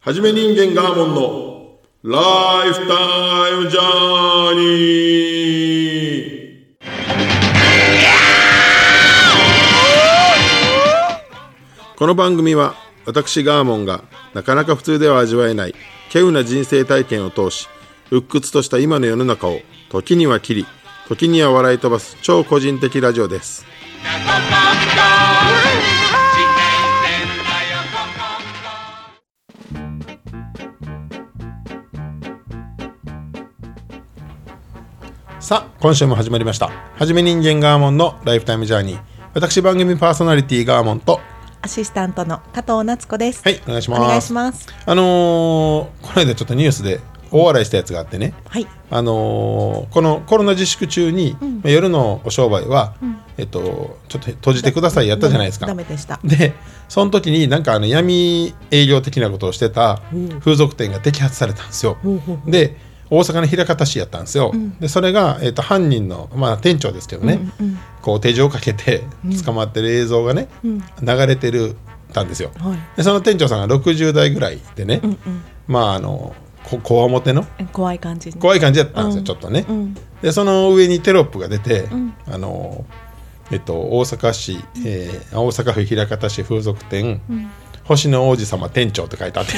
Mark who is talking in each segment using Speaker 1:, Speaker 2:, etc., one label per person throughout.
Speaker 1: はじめ人間ガーモンのライフタイムジャーニーこの番組は私ガーモンがなかなか普通では味わえない稀有な人生体験を通し鬱屈とした今の世の中を時には切り時には笑い飛ばす超個人的ラジオですさあ今週も始まりましたはじめ人間ガーモンのライフタイムジャーニー私番組パーソナリティガーモンと
Speaker 2: アシスタントの加藤夏子です。
Speaker 1: はいお願いします
Speaker 2: お願いします。
Speaker 1: あのーこの間ちょっとニュースで大笑いしたやつがあってね、
Speaker 2: はい。
Speaker 1: あのーこのコロナ自粛中に、まあ夜のお商売は、えっと、ちょっと閉じてくださいやったじゃないですか
Speaker 2: ダ。メでした。
Speaker 1: でその時になんかあの闇営業的なことをしてた風俗店が摘発されたんですよ。で大阪の枚方市やったんですよ。でそれが、えっと犯人の、まあ、店長ですけどね、こう手錠をかけて捕まってる映像がね、流れてるたんですよ。
Speaker 2: はい
Speaker 1: でその店長さんが60代ぐらいでね、まああのここわもての
Speaker 2: 怖い感じに。
Speaker 1: 怖い感じだったんですよ、ちょっとね、でその上にテロップが出て、あのえっと大阪市、えー大阪府枚方市風俗店、星の王子様店長って書いてあって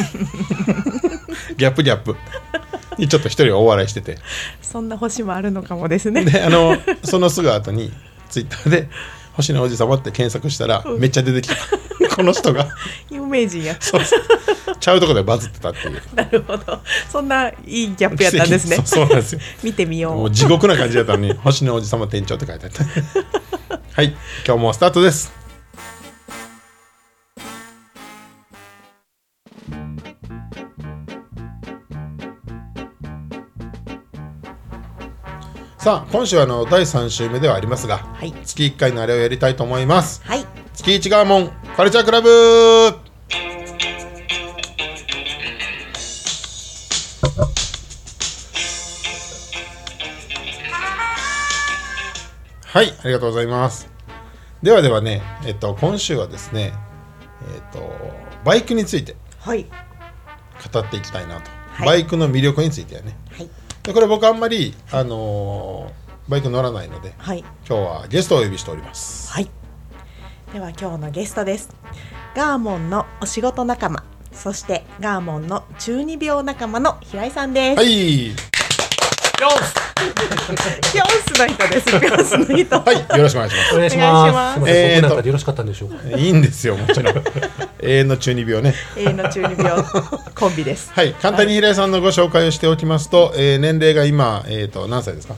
Speaker 1: ギャップギャップにちょっと一人お笑いしてて
Speaker 2: そんな星もあるのかもですね。
Speaker 1: であのそのすぐ後にツイッターで「星の王子様」って検索したら、めっちゃ出てきたこの人が
Speaker 2: 有名人や。
Speaker 1: そうそうちゃうとこでバズってたっていう
Speaker 2: なるほど。そんないいギャップやったんですね
Speaker 1: 奇。 跡そうそうなんですよ
Speaker 2: 見てみよ
Speaker 1: も
Speaker 2: う
Speaker 1: う。地獄な感じだったのに 「星のおじさま店長」って書いてあった はい今日もスタートですさあ今週はあの第3週目ではありますが、
Speaker 2: はい
Speaker 1: 月1回のあれをやりたいと思います
Speaker 2: はい。
Speaker 1: 月1ガーモンカルチャークラブはい、ありがとうございます。ではではね、えっと、今週はですね、えっと、バイクについて
Speaker 2: はい。
Speaker 1: 語っていきたいなと。
Speaker 2: はい
Speaker 1: バイクの魅力についてやね。
Speaker 2: はい。
Speaker 1: でこれ僕あんまり、あのーバイク乗らないので、
Speaker 2: はい。
Speaker 1: 今日はゲストをお呼びしております。
Speaker 2: はい。では今日のゲストです。ガーモンのお仕事仲間、そしてガーモンの中二病仲間の平井さんです。
Speaker 1: はい、
Speaker 2: ピョンスの人です。ピョンスの 人。
Speaker 1: はい、よろしくお願いします
Speaker 3: お。願いします。
Speaker 2: お願いします
Speaker 3: すみません、
Speaker 1: えーと
Speaker 3: 僕なんかでよろしかったんでしょうか。
Speaker 1: いいんですよ、もちろん。永遠の中二病ね。
Speaker 2: 永遠の中 二病コンビです。
Speaker 1: はい、簡単に平井さんのご紹介をしておきますと、えー年齢が今、えっ、と、何歳ですか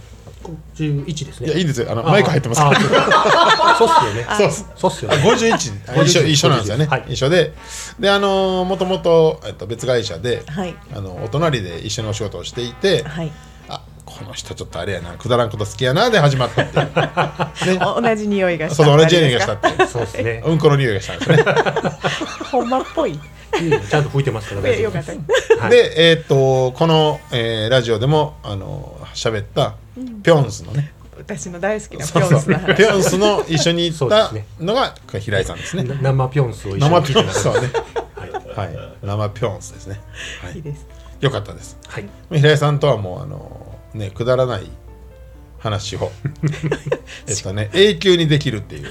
Speaker 3: 十一です
Speaker 1: い
Speaker 3: ね。
Speaker 1: や、いいですよ。あの、
Speaker 3: あ
Speaker 1: マイク入ってますから。
Speaker 3: あそうそうっすよね。
Speaker 1: そうっす。
Speaker 3: そうっすよ
Speaker 1: あ
Speaker 3: ね。
Speaker 1: 51
Speaker 3: 51
Speaker 1: 一緒一緒なんですよね、
Speaker 3: はい
Speaker 1: 一緒でであのもともと別会社で、
Speaker 2: はい
Speaker 1: あのお隣で一緒のお仕事をしていて、
Speaker 2: はい。
Speaker 1: あこの人ちょっとあれやなくだらんこと好きやなで始まったっていう
Speaker 2: お同じ匂いがした。
Speaker 1: そう同じ匂いがした っていう
Speaker 3: そうですね。
Speaker 1: うんこの匂いがしたんですね、
Speaker 2: ほんまっぽい。
Speaker 3: いいよちゃんと吹いてますから
Speaker 2: え
Speaker 3: 大
Speaker 2: よ
Speaker 3: 丈
Speaker 2: か
Speaker 3: 夫
Speaker 2: った。
Speaker 3: です。はい
Speaker 1: でえーっとこの、えーラジオでもあの喋ったピョンスのね、
Speaker 2: 私の大好きなピ
Speaker 1: そう
Speaker 2: ョ
Speaker 1: そう
Speaker 2: ンス
Speaker 1: ピ
Speaker 2: の話。
Speaker 1: ョンスの一緒に行った
Speaker 3: そうです
Speaker 1: のがこれ平井さんですね
Speaker 3: な生ピョンスを一緒に
Speaker 1: 生
Speaker 3: 聞
Speaker 1: ピ
Speaker 3: いて
Speaker 1: ョン
Speaker 3: ま
Speaker 1: ス
Speaker 3: す。は
Speaker 1: はね
Speaker 3: い。
Speaker 1: はい生ピョンスですね、はい
Speaker 2: い
Speaker 1: い、
Speaker 2: です。
Speaker 1: よかったです
Speaker 3: はい。
Speaker 1: 平井さんとはもうあのねくだらない話 をえっとね永久にできるっていう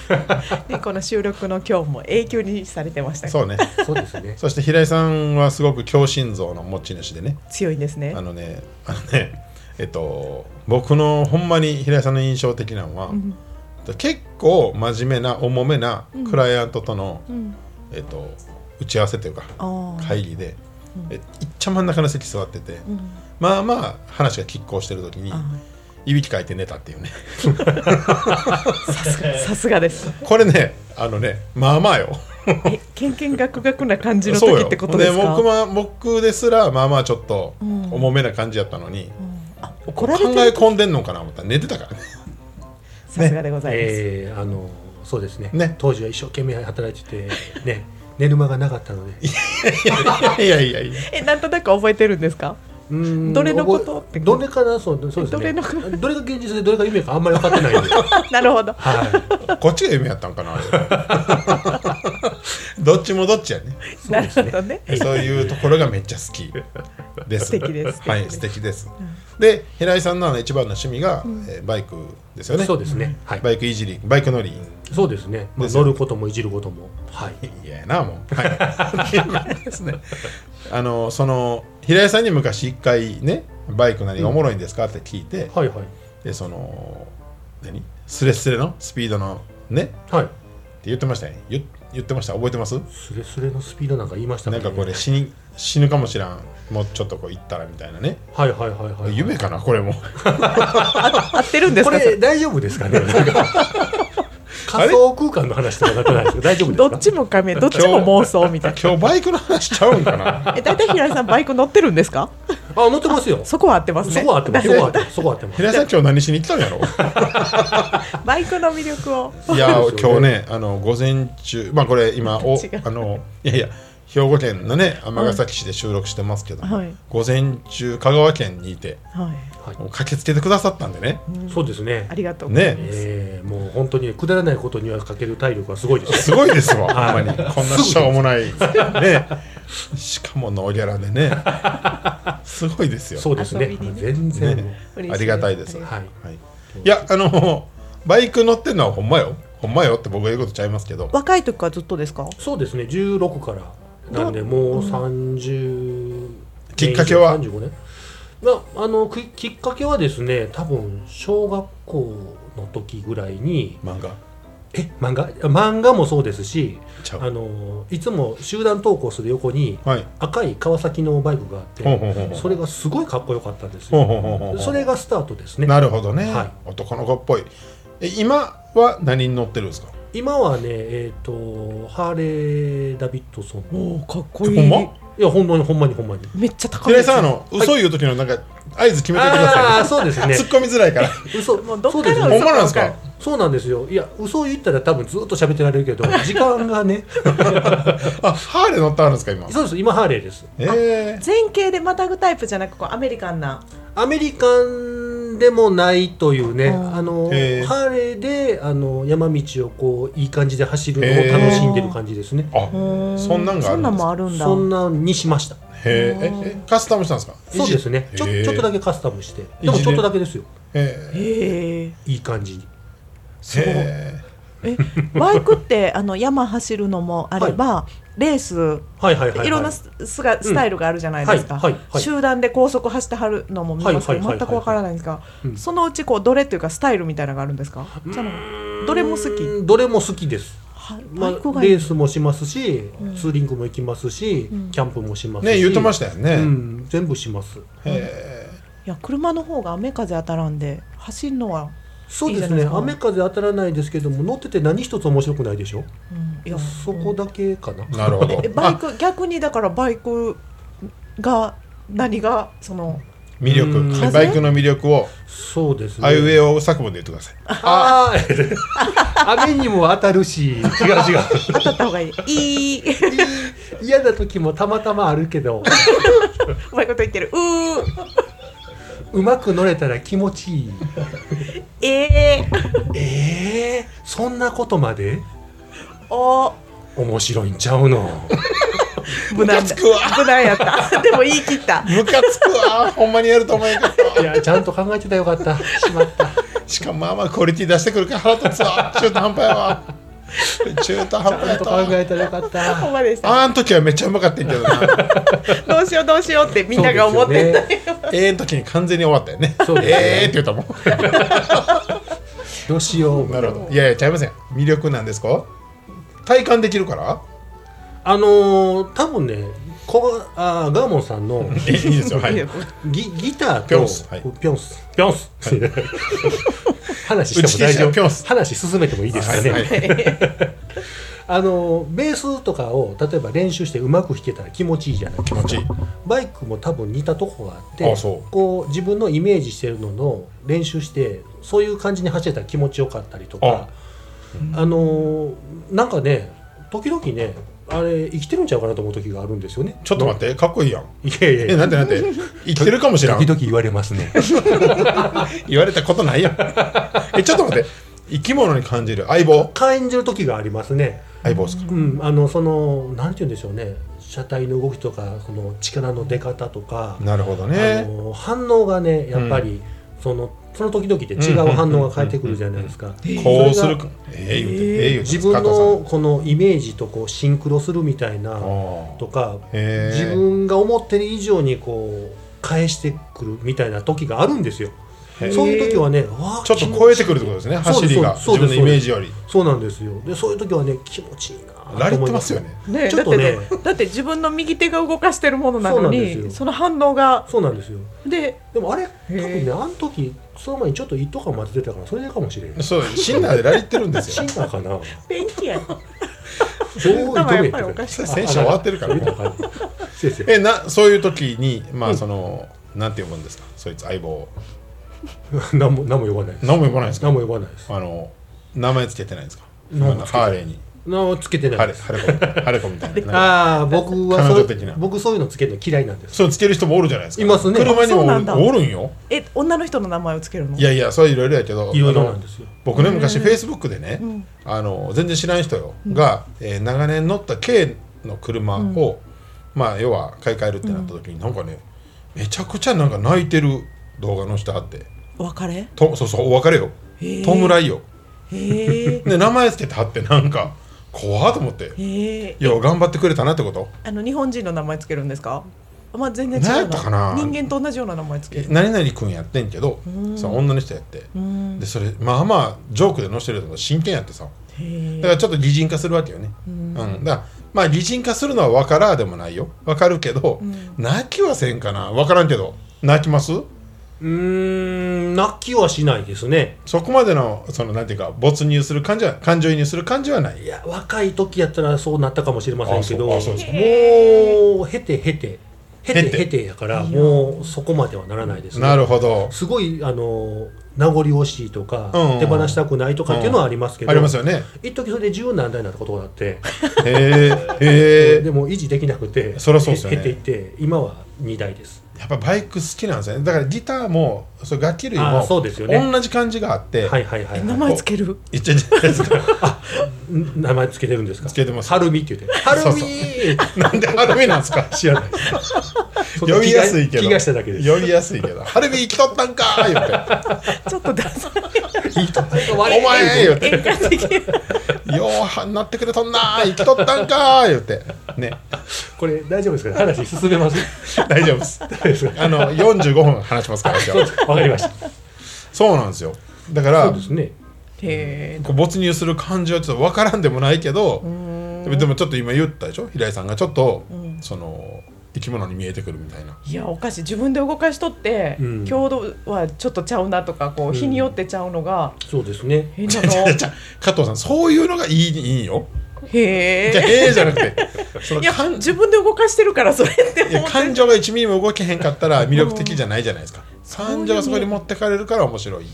Speaker 2: でこの収録の今日も永久にされてました。
Speaker 1: そうね
Speaker 3: そうですね。
Speaker 1: そして平井さんはすごく強心臓の持ち主でね
Speaker 2: 強いですね
Speaker 1: あ。のねあのね えっと僕のほんまに平井さんの印象的なのは、結構真面目な重めなクライアントとの、えっと、打ち合わせというか
Speaker 2: ああ。
Speaker 1: 会議で、えいっちゃ真ん中の席座ってて、まあまあ話が拮抗してる時に
Speaker 2: あ
Speaker 1: いびきかいて寝たっていうね
Speaker 2: さすがさすがです。
Speaker 1: これねあのねまあまあよ
Speaker 2: え、けんけんがくがくな感じの
Speaker 1: そう
Speaker 2: 時
Speaker 1: よ
Speaker 2: ってことです
Speaker 1: 僕
Speaker 2: か。
Speaker 1: は僕ですらまあまあちょっと重めな感じやったのに、
Speaker 2: あ
Speaker 1: 考
Speaker 2: 怒
Speaker 1: え
Speaker 2: られてる。
Speaker 1: 込んでんのかな思ったら寝てたからね
Speaker 2: さすがでございます。
Speaker 3: えーあのそうですね
Speaker 1: ね
Speaker 3: 当時は一生懸命働いててね寝る間がなかったので。
Speaker 1: いやいやいや
Speaker 2: え、なんとなく覚えてるんですか。
Speaker 3: うーん
Speaker 2: どれのことって
Speaker 3: どれかなそうそうですね。
Speaker 2: どれのこ
Speaker 3: どれが現実でどれが夢かあんまり分かってないんで。
Speaker 2: なるほど。
Speaker 3: はい。
Speaker 1: こっちが夢やったんかなあれ どっちもどっちやね
Speaker 2: なるほどね。
Speaker 1: そういうところがめっちゃ好きです
Speaker 2: 素敵です
Speaker 1: はい素敵です、で平井さんのあの一番の趣味が、えーバイクですよね
Speaker 3: そうですね。はい。
Speaker 1: バイクいじりバイク乗り
Speaker 3: そうですね。まあ、
Speaker 1: ですよ
Speaker 3: 乗
Speaker 1: ね
Speaker 3: ることもいじることも。はい。
Speaker 1: 嫌やなもうはいですね あのその平井さんに昔一回ねバイク何がおもろいんですかって聞いて、
Speaker 3: はいはい。
Speaker 1: でその何スレスレのスピードのねって
Speaker 3: はい。
Speaker 1: 言ってましたね言言ってました覚えてます
Speaker 3: スレスレのスピードなんか言いました
Speaker 1: なんかこれ死に死ぬかもしらんもうちょっとこう行ったらみたいなね
Speaker 3: はいはいはいはい。
Speaker 1: 夢かなこれも
Speaker 2: 合ってるんです
Speaker 3: こ
Speaker 2: か。そ
Speaker 3: れ
Speaker 2: れ
Speaker 3: 大丈夫ですかね。なんか仮想空間の話とかなってないですけど大丈夫です
Speaker 2: ど
Speaker 3: か。
Speaker 2: っちも仮面、どっちも妄想みたいな。
Speaker 1: 今日バイクの話しちゃうんかな
Speaker 2: え、大体平井さんバイク乗ってるんですか。
Speaker 3: あ乗ってますよ。
Speaker 2: そこは合ってますね。
Speaker 3: そこは合ってます。そこは合ってます。そこは合ってま す。
Speaker 1: 平井さん今日何しに行ったんや ろ
Speaker 2: バイクの魅力を。
Speaker 1: いや
Speaker 3: そうですよ
Speaker 1: 今日 ねあの午前中まあこれ今 お
Speaker 2: 違う
Speaker 1: あのいやいや兵庫県のね尼崎市で収録してますけど、
Speaker 2: はい
Speaker 1: 午前中香川県にいて
Speaker 2: はい。
Speaker 3: はい。
Speaker 1: 駆けつけてくださったんでね
Speaker 3: そうですね
Speaker 2: あ。りがとうございます。
Speaker 3: えー、もう本当にくだらないことにはかける体力はすごいですよ。
Speaker 1: すごいですわ、
Speaker 3: は
Speaker 1: ほ
Speaker 3: い
Speaker 1: んまに。こんなしょうも ない。ね。しかもノーギャラで ね。すごいですよ。
Speaker 3: そうですね。
Speaker 2: 遊びにね
Speaker 3: 全然、
Speaker 1: ね
Speaker 2: 嬉しい
Speaker 1: ありがたいです。
Speaker 2: あり
Speaker 1: は
Speaker 2: が
Speaker 3: はい。
Speaker 1: い。いや、あの、バイク乗ってんのはほんまよ。ほんまよって僕が言うことちゃいますけど。
Speaker 2: 若い時からずっとですか。
Speaker 3: そうですね。16からなんで
Speaker 2: ど
Speaker 3: もう30
Speaker 1: きっかけは
Speaker 3: 35年。まああのくきっかけはですね。多分小学校の時ぐらいに
Speaker 1: 漫画。
Speaker 3: え漫画漫画もそうですし、
Speaker 1: ちゃ
Speaker 3: あ
Speaker 1: う。
Speaker 3: のいつも集団登校する横に
Speaker 1: はい。
Speaker 3: 赤い川崎のバイクがあって、
Speaker 1: ほうほうほうほう
Speaker 3: それがすごいかっこよかったんです
Speaker 1: ほう
Speaker 3: よ。
Speaker 1: ほうほうほうほう
Speaker 3: それがスタートですね。
Speaker 1: なるほどね、
Speaker 3: は
Speaker 1: 男の子っぽい。え、今は何に乗ってるんですか。
Speaker 3: 今はね、えっ、と、ハーレー・ダビッドソンの。
Speaker 2: おお、かっ
Speaker 1: ほ
Speaker 2: こい
Speaker 1: ん
Speaker 2: い
Speaker 1: ま。。
Speaker 3: いや、ほんまにほんまにほんまに。
Speaker 2: めっちゃ高い
Speaker 1: 平
Speaker 2: で
Speaker 1: 井
Speaker 2: すよ。
Speaker 1: さん、あの、嘘言う時のなんか、合図決めてくだ
Speaker 3: あ
Speaker 1: さ
Speaker 3: あ、そうで す
Speaker 1: い。
Speaker 3: ね
Speaker 1: 突っ。込みづらいから。
Speaker 3: 嘘、
Speaker 2: もうどっ
Speaker 3: そう
Speaker 2: か
Speaker 3: です
Speaker 2: ら
Speaker 1: ほん
Speaker 2: 嘘
Speaker 1: まなんです
Speaker 2: わ
Speaker 1: か
Speaker 2: る。
Speaker 3: そうなんですよ。いや、嘘を言ったら多分ずっと喋ってられるけど、時間がね、
Speaker 1: あ、ハーレー乗ってあるんですか、今。
Speaker 3: そうです、今ハーレーです。
Speaker 1: ええ。
Speaker 2: 前傾でまたぐタイプじゃなく、こうアメリカンな。
Speaker 3: アメリカンでもないというね、
Speaker 2: うん
Speaker 3: あの、
Speaker 1: へー
Speaker 3: ハーレーで、あの、山道をこう、いい感じで走るのを楽しんでる感じですね。
Speaker 1: あ、そんなんがあ
Speaker 2: そ
Speaker 1: るんです
Speaker 2: んなん
Speaker 1: か
Speaker 2: もあるんだ。
Speaker 3: そんなんにしました。
Speaker 1: へーええカスタムしたんですか
Speaker 3: そうですね。ちょちょっとだ
Speaker 1: け
Speaker 3: けカスタムして。でもちょっとだけですよ。
Speaker 1: へ
Speaker 2: へえ。
Speaker 3: いい感じに。
Speaker 2: すごい。
Speaker 1: え
Speaker 2: えバイクってあの山走るのもあれば、レース
Speaker 3: はいはいはい、はいい。
Speaker 2: ろんなすすがスタイルがあるじゃないですか、
Speaker 3: うんはいはいはい
Speaker 2: 集団で高速走ってはるのも見ますけど、
Speaker 3: はいはいはいはい
Speaker 2: 全くわからないんですが、
Speaker 3: うん
Speaker 2: そのうちこうどれというかスタイルみたいなのがあるんですか、じゃあどれも好き、
Speaker 3: うんどれも好きです。
Speaker 2: は
Speaker 3: まあ、
Speaker 2: バイクがいい
Speaker 3: レースもしますし、ツーリングも行きますし、
Speaker 2: うん
Speaker 3: キャンプもしますし。
Speaker 1: ね言ってましたたよね、
Speaker 3: うん、全部します。
Speaker 1: へ
Speaker 2: いや車の方が雨風当たらんで走るのは、
Speaker 3: そうです
Speaker 2: いい
Speaker 3: ね
Speaker 2: じゃないですか
Speaker 3: 雨風当たらないですけども乗ってて何一つ面白くないでしょ
Speaker 2: うんいや
Speaker 3: そこだけかな、
Speaker 1: えなるほど
Speaker 2: えバイク逆にだからバイクが何がその
Speaker 1: 魅
Speaker 3: うん
Speaker 1: 力バイクの魅力を
Speaker 3: そうですね
Speaker 1: あいうえお作文で言ってください
Speaker 3: ああ 雨にも当たるし違う違う
Speaker 2: 当たった方がいい いい
Speaker 3: 嫌な時もたまたまあるけど
Speaker 2: うまいこと言ってるうー
Speaker 3: うまく乗れたら気持ちいい
Speaker 2: ええー、
Speaker 3: ええそんなことまで
Speaker 2: お
Speaker 3: 面白いんちゃうの
Speaker 2: 無難だ無難やった でも言い切 った
Speaker 1: ムカつくわほんまにやると思えんかっ
Speaker 3: いやちゃんと考えてたらよかったしまった
Speaker 1: たしかもまあまあクオリティ出してくるから腹立つわ中途半端やわ中途半端
Speaker 3: ちゃ
Speaker 1: や
Speaker 3: んと
Speaker 1: と
Speaker 3: 考えたらよかった
Speaker 2: ほんまでした
Speaker 1: あん時はめっちゃうまかったんやけど な
Speaker 2: どうしようどうしようってみんなが思ってた、
Speaker 3: そうですよね
Speaker 1: ええ時に完全に終わったよね
Speaker 3: そうですね
Speaker 1: ええって言ったもん
Speaker 3: どうしよう
Speaker 1: なるほどいやいやちゃいません魅力なんですか体感できるから
Speaker 3: あのー、多分ねこがあーガーモンさんの
Speaker 1: いいですよはい
Speaker 2: いや
Speaker 3: ギギターと
Speaker 1: ピョンスはい
Speaker 3: ピョンスピョンス話して
Speaker 1: 打ち消
Speaker 3: も大
Speaker 1: し
Speaker 3: 丈
Speaker 1: たピョン
Speaker 3: 夫
Speaker 1: ス
Speaker 3: 話進めてもいいですかね、
Speaker 1: はいはい
Speaker 3: あのーベースとかを例えば練習してうまく弾けたら気持ちいいじゃないです
Speaker 1: 気
Speaker 3: か
Speaker 1: 持ちいい
Speaker 3: バイクも多分似たとこがあって
Speaker 1: あそう
Speaker 3: こう自分のイメージしてるのの練習してそういう感じに走れたら気持ちよかったりとかあのーなんかね時々ねあれ生きてるんちゃうかなと思う時があるんですよね
Speaker 1: ちょっと待ってかっこいいやん
Speaker 3: いやいやい
Speaker 1: え
Speaker 3: や
Speaker 1: なんてなんて生きてるかもしらん
Speaker 3: 々言われますね
Speaker 1: 言われたことないやんえちょっと待って生き物に感じる相棒
Speaker 3: 感じる時がありますね。
Speaker 1: 相棒ですか、
Speaker 3: うん、あのそのなんて言うんでしょうね車体の動きとかその力の出方とか、
Speaker 1: なるほど
Speaker 3: あ
Speaker 1: ね
Speaker 3: の反応がねやっぱり、そのその時々で違う反応が返ってくるじゃないですか。
Speaker 1: こうす
Speaker 3: それ
Speaker 1: る
Speaker 3: が
Speaker 1: かええ言うてええ言うて
Speaker 3: 自分
Speaker 1: 加藤さん
Speaker 3: のこのイメージとこうシンクロするみたいな
Speaker 1: あ
Speaker 3: とか
Speaker 1: ーへ
Speaker 3: 自
Speaker 1: え
Speaker 3: 分が思ってる以上にこう返してくるみたいな時があるんですよ。
Speaker 1: へえ
Speaker 3: そういう時はね、わあ
Speaker 1: ちょっと超えてくるってことですね
Speaker 3: そう
Speaker 1: 走
Speaker 3: です
Speaker 1: りが
Speaker 3: そ
Speaker 1: 自
Speaker 3: うで
Speaker 1: 分
Speaker 3: す
Speaker 1: のイメージより
Speaker 3: そうなんですよ。でそういう時はね気持ちいいなと思い
Speaker 1: ラリってますよね。
Speaker 2: ね、
Speaker 3: ちょ
Speaker 2: だっ
Speaker 3: っと
Speaker 2: て
Speaker 3: ね
Speaker 2: ねだって自分の右手が動かしてるものなの
Speaker 3: そうなんです
Speaker 2: に
Speaker 3: よ
Speaker 2: その反応が
Speaker 3: そうなんですよ。
Speaker 2: で
Speaker 3: でもあれ多分
Speaker 2: へえ
Speaker 3: ねあの時その前にちょっと一斗缶混ぜてたからそれでかもしれん。
Speaker 1: そうシンナーでラリってるんです
Speaker 3: シン
Speaker 1: よ
Speaker 3: ナーかな。
Speaker 2: ペンキや
Speaker 3: そういう
Speaker 2: 頭やっぱりお
Speaker 3: どうや
Speaker 2: か
Speaker 3: って
Speaker 2: しい
Speaker 1: 先生終わってるから
Speaker 3: そういう
Speaker 1: も
Speaker 3: と
Speaker 1: う
Speaker 3: こある先生。
Speaker 1: えなそういう時にまあその、なんて呼ぶんですかそいつ相棒を
Speaker 3: 何も何も呼ばないです。
Speaker 1: 何も呼ばないんですか
Speaker 3: 何も呼ばないです。
Speaker 1: あの名前つけてないんですか
Speaker 3: 名前つけて
Speaker 1: ハーレーに
Speaker 3: 何もつけてな
Speaker 1: ハ
Speaker 3: い
Speaker 1: レ
Speaker 3: です。
Speaker 1: ハレコハレコみたいななんか
Speaker 3: ああ僕は
Speaker 1: 彼
Speaker 3: そ
Speaker 1: 女
Speaker 3: う
Speaker 1: 的な
Speaker 3: 僕そういうのつけるの嫌いなんです。
Speaker 1: そうつける人もおるじゃないですか
Speaker 3: いますね
Speaker 1: 車にも
Speaker 2: あそうな
Speaker 1: お
Speaker 2: ん
Speaker 1: る
Speaker 2: だ
Speaker 1: おるんよ
Speaker 2: え女の人の名前をつけるの
Speaker 1: いやいやそれはいろいろやけど
Speaker 3: いろいろ
Speaker 1: あ
Speaker 3: な
Speaker 1: の
Speaker 3: んですよ。
Speaker 1: 僕ね昔フェイスブックでね、
Speaker 2: うん
Speaker 1: あの全然知らない人よ、が、えー長年乗った K の車を、まあ要は買い替えるってなった時に、なんかねめちゃくちゃなんか泣いてる動画載せてはって
Speaker 2: お別れ
Speaker 1: とそうそうお別れよ
Speaker 2: へえ
Speaker 1: 弔いよ
Speaker 2: へえ
Speaker 1: で名前つけてはってなんか怖っと思って
Speaker 2: へえ
Speaker 1: いや頑張ってくれたなってこと
Speaker 2: あの日本人の名前つけるんですかあまあ全然違
Speaker 1: 何や
Speaker 2: う
Speaker 1: ったかな
Speaker 2: 人間と同じような名前つけ
Speaker 1: え
Speaker 2: る
Speaker 1: 何々君やってんけど、その女の人やって、
Speaker 2: うん
Speaker 1: でそれまあまあジョークで載せてるけど真剣やってさ
Speaker 2: へ
Speaker 1: だ
Speaker 2: え
Speaker 1: からちょっと擬人化するわけよね、うんだからまあ擬人化するのは分からんでもないよ分かるけど、泣きはせんかな分からんけど泣きます
Speaker 3: うーん泣きはしないですね。
Speaker 1: そこまでのそのなんていうか没入する感じは感情移入する感じはない
Speaker 3: いや若い時やったらそうなったかもしれませんけど
Speaker 1: あそうあそうです
Speaker 3: もう経て経て経
Speaker 1: 経
Speaker 3: て
Speaker 1: て
Speaker 3: 経てやからもうそこまではならないですね。
Speaker 1: なるほど
Speaker 3: すごいあの名残惜しいとか、
Speaker 1: うん
Speaker 3: 手放したくないとかっていうのはありますけど、
Speaker 1: ありますよね
Speaker 3: 一時それで十何台になったことがあって、
Speaker 1: へえ へえ
Speaker 3: でも維持できなくて
Speaker 1: そりゃそうですよね
Speaker 3: へ減っていって今は2台です
Speaker 1: やっぱバイク好きなんですよねだからギターもそう楽器類
Speaker 3: あ
Speaker 1: も
Speaker 3: ーそうですよね
Speaker 1: 同じ感じがあって、
Speaker 3: はいはいはい、
Speaker 2: 名前つける
Speaker 1: 言っちゃいけないです か
Speaker 3: ん名前つけてるんですか
Speaker 1: つけてます
Speaker 3: はるみって言ってはるみー
Speaker 1: なんでハルミなんですか
Speaker 3: 知らないです
Speaker 1: 呼びやすいけど
Speaker 3: 気がしただけです
Speaker 1: 呼びやすいけど「ハルミ生きとったんか!」言って
Speaker 2: ちょっとダサい
Speaker 1: 「お前!」言って
Speaker 2: 演歌的
Speaker 1: 「 ようはんなってくれとんな生きとったんか!」言ってね
Speaker 3: これ大丈夫ですかね話進めます
Speaker 1: 大丈夫です
Speaker 3: 大丈夫ですか
Speaker 1: あの45分話しますから今日
Speaker 3: わかりました
Speaker 1: そうなんですよだから
Speaker 3: そうですね
Speaker 2: へえ
Speaker 1: こう没入する感じはちょっと分からんでもないけどでもちょっと今言ったでしょ平井さんがちょっと、その生き物に見えてくるみたいない
Speaker 2: やおかしい自分で動かしとって、
Speaker 3: うん
Speaker 2: 強度はちょっとちゃうなとかこう日によってちゃうのが
Speaker 3: そうですね
Speaker 2: 変
Speaker 1: 違
Speaker 2: な
Speaker 1: う違う違う
Speaker 2: の
Speaker 1: 加藤さんそういうのがいいいいよ
Speaker 2: へ
Speaker 1: じゃあ
Speaker 2: え
Speaker 1: ええじゃなくてその
Speaker 2: いや
Speaker 1: 感
Speaker 2: 自分で動かしてるからそれって
Speaker 1: いや
Speaker 2: 思って
Speaker 1: 感情が1ミリも動けへんかったら魅力的じゃないじゃないですか感情がそこに持ってかれるから面白い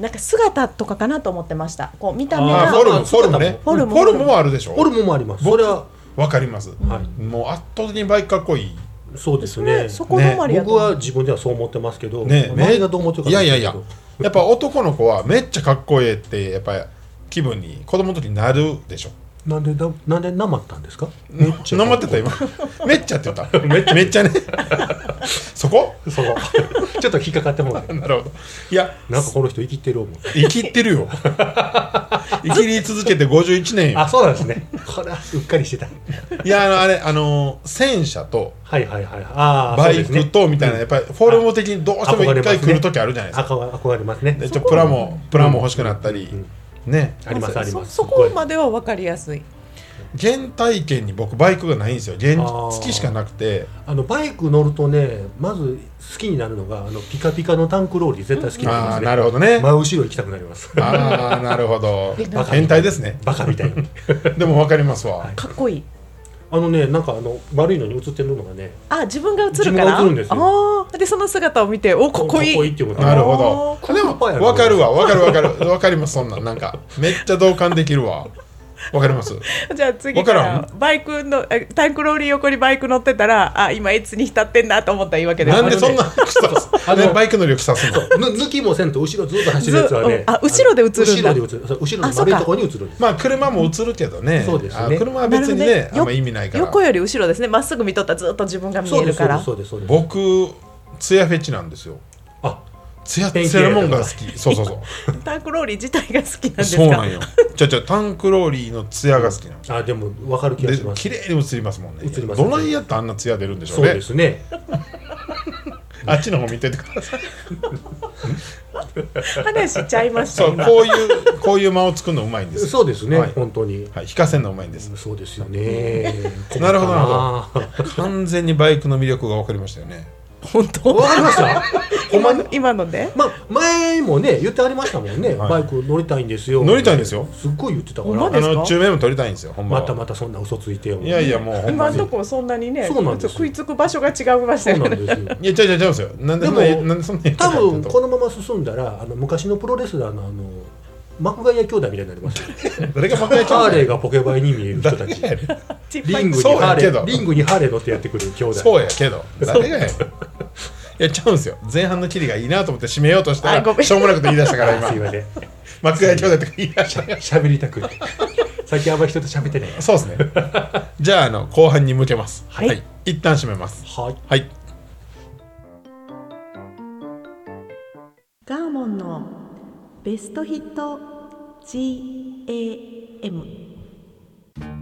Speaker 2: なんか姿とかかなと思ってましたこう見た目
Speaker 1: あ
Speaker 2: が
Speaker 1: フォルムフ
Speaker 3: そ
Speaker 1: ォ
Speaker 3: う
Speaker 1: ル
Speaker 3: だ
Speaker 1: ムね
Speaker 2: フォルム
Speaker 1: もあるでしょ
Speaker 3: ホルモンもあります
Speaker 1: 僕
Speaker 3: それは、
Speaker 1: わかります
Speaker 3: はい
Speaker 1: もう圧倒的にバイクかっこいい
Speaker 3: そうです
Speaker 2: そ
Speaker 3: ね
Speaker 2: れそこ止まりやと
Speaker 3: 僕
Speaker 2: 思う
Speaker 3: は自分ではそう思ってますけど、
Speaker 1: ね
Speaker 3: 周りがどう思ってるか
Speaker 1: い
Speaker 3: わ
Speaker 1: や
Speaker 3: か
Speaker 1: い
Speaker 3: んな
Speaker 1: や
Speaker 3: け
Speaker 1: い
Speaker 3: ど
Speaker 1: ややっぱ男の子はめっちゃかっこええってやっぱり気分に子供の時になるでしょ
Speaker 3: なんでだなんでなまったんですか
Speaker 1: めっちゃってた今 めっちゃって言っためっちゃめっちゃねそこ
Speaker 3: そこちょっと引っかかってもらって
Speaker 1: なるほどいや
Speaker 3: なんかこの人生きてる思う
Speaker 1: 生きてる よ生きり続けて51年よ
Speaker 3: あそうなんですねこれはうっかりしてた
Speaker 1: いやあのあれあの戦車と
Speaker 3: はいはいはいああ
Speaker 1: バイクとみたいな、やっぱりフォルム
Speaker 3: ム
Speaker 1: 的にどうしても一回来る時あるじゃないですか。
Speaker 3: 憧れますね
Speaker 1: でちょプラモプラモ欲しくなったり、ね
Speaker 3: ありますあります
Speaker 2: そそこまでは分かりやすい
Speaker 1: 原体験に僕バイクがないんですよ原
Speaker 3: あー
Speaker 1: 付きしかなくて
Speaker 3: あのバイク乗るとねまず好きになるのがあのピカピカのタンクローリー絶対好きになりま
Speaker 1: あ
Speaker 3: す
Speaker 1: あ
Speaker 3: ね
Speaker 1: なるほどね、
Speaker 3: 真後ろ行きたくなります
Speaker 1: ああなるほ ど
Speaker 2: えなん
Speaker 3: か
Speaker 1: 変態ですね
Speaker 3: バカみたいに
Speaker 1: でも分かりますわ、
Speaker 2: かっこいい
Speaker 3: あのねなんかあの悪いのに映ってるのがね
Speaker 2: あ自分が映るから
Speaker 3: 自分が映るんですよ
Speaker 2: あーでその姿を見ておかっこいい
Speaker 3: かっこいいっていうこと
Speaker 1: なるほど
Speaker 3: あー
Speaker 1: でも分かるわ分かる分かる分かりますそんなんなんかめっちゃ同感できるわわかります
Speaker 2: じゃあ次か
Speaker 1: わ
Speaker 2: ら
Speaker 1: か
Speaker 2: バイクのえタンクローリー横にバイク乗ってたらあ今エツに浸ってんなと思ったらいいわけで
Speaker 1: なん でそんな
Speaker 3: あ
Speaker 1: 草
Speaker 3: の
Speaker 1: ねバイク乗りを草すの
Speaker 3: ぬ抜きもせんと後ろずっと走るやつは
Speaker 2: ず
Speaker 3: ね
Speaker 2: あ後ろで映るんだ
Speaker 3: 後ろで映るそう後ろの丸いところに映るんです
Speaker 1: まあ車も映るけどね
Speaker 3: そうですね
Speaker 1: あ車は別にねあんま意味ないから
Speaker 2: 横より後ろですねまっすぐ見とったらずっと自分が見
Speaker 3: そ
Speaker 2: え
Speaker 3: うで
Speaker 2: る
Speaker 3: す
Speaker 2: か
Speaker 3: そうで
Speaker 2: ら
Speaker 3: すそうですそうです
Speaker 1: 僕ツヤフェチなんですよ
Speaker 3: あ
Speaker 1: ツヤツヤのもんが好きそうそうそ
Speaker 2: タンクローリー自体が好きなん
Speaker 1: う
Speaker 2: です
Speaker 1: そうなん
Speaker 2: か
Speaker 1: よじゃじゃタンクローリーのツヤが好きなの
Speaker 3: あでも分かる気が
Speaker 1: で
Speaker 3: します
Speaker 1: 綺麗に映りますもんね
Speaker 3: 映ります
Speaker 1: どないやったらあんなツヤ出るんでしょ
Speaker 3: そううで
Speaker 1: ね
Speaker 3: すね
Speaker 1: あっちの方見ててください
Speaker 2: 話しちゃいました
Speaker 1: そう
Speaker 2: 今
Speaker 1: こういうこういう間を作るのうまいんですよ
Speaker 3: そうですね、
Speaker 1: はい
Speaker 3: 本当に
Speaker 1: はい引かせんのうまいんです
Speaker 3: そうですよね
Speaker 1: なるほど
Speaker 3: 困ったな
Speaker 1: 完全にバイクの魅力が分かりましたよね
Speaker 2: 本当
Speaker 3: わかり ましたほんま
Speaker 2: 今
Speaker 3: に
Speaker 2: の今ので
Speaker 3: まあ、前もね言ってありましたもんね、
Speaker 1: はい
Speaker 3: バイク乗りたいんですよ
Speaker 1: 乗りたいんですよ
Speaker 3: すっごい言ってたか
Speaker 2: ほん
Speaker 3: ら
Speaker 2: ま
Speaker 1: あ
Speaker 2: ですか
Speaker 1: の中面も撮りたいんですよほんまは
Speaker 3: またまたそんな嘘ついてよ
Speaker 1: いやいやもうほんま
Speaker 2: 今の
Speaker 1: に
Speaker 2: とこそんなにね
Speaker 3: そうなんですよ
Speaker 2: 食いつく場所が違いました
Speaker 3: そう
Speaker 2: よ
Speaker 3: な
Speaker 2: ね
Speaker 3: んですよ
Speaker 1: いや、ちゃうちゃうちゃうんですよ。なんでそんな
Speaker 3: でも
Speaker 1: なんでそんな言って
Speaker 3: 多
Speaker 1: たかってい
Speaker 3: 分
Speaker 1: うと
Speaker 3: このまま進んだらあの昔のプロレスラーのあの幕谷兄弟みたいにな りますよ
Speaker 1: 誰が爆
Speaker 3: ハーレー
Speaker 1: 発
Speaker 3: がポケバイに見 える人たち
Speaker 1: 誰がやね
Speaker 2: チッ
Speaker 3: リ
Speaker 2: パイ
Speaker 3: ングに
Speaker 1: そう
Speaker 3: ハー
Speaker 1: や
Speaker 3: レ
Speaker 1: けど
Speaker 3: ーリングにハーレー乗ってやってくる兄
Speaker 1: ん
Speaker 3: 弟
Speaker 1: そうやけ ど、誰がやねんいや、ちゃうんですよ。前半のキリがいいなと思って締めようとした
Speaker 2: あごめ
Speaker 1: ら、
Speaker 2: ん
Speaker 1: しょうもなくて言い出したから、
Speaker 3: すいま
Speaker 1: 今。
Speaker 3: せん
Speaker 1: 松谷兄弟とか言い出した。
Speaker 3: しゃべりたくない最近あんまり人と喋ってない
Speaker 1: そう ですね。じゃあ、あの、後半に向けます。
Speaker 2: はい
Speaker 1: はい。一旦締めます。
Speaker 3: はい
Speaker 1: はい。
Speaker 2: ガーモンのベストヒット GAM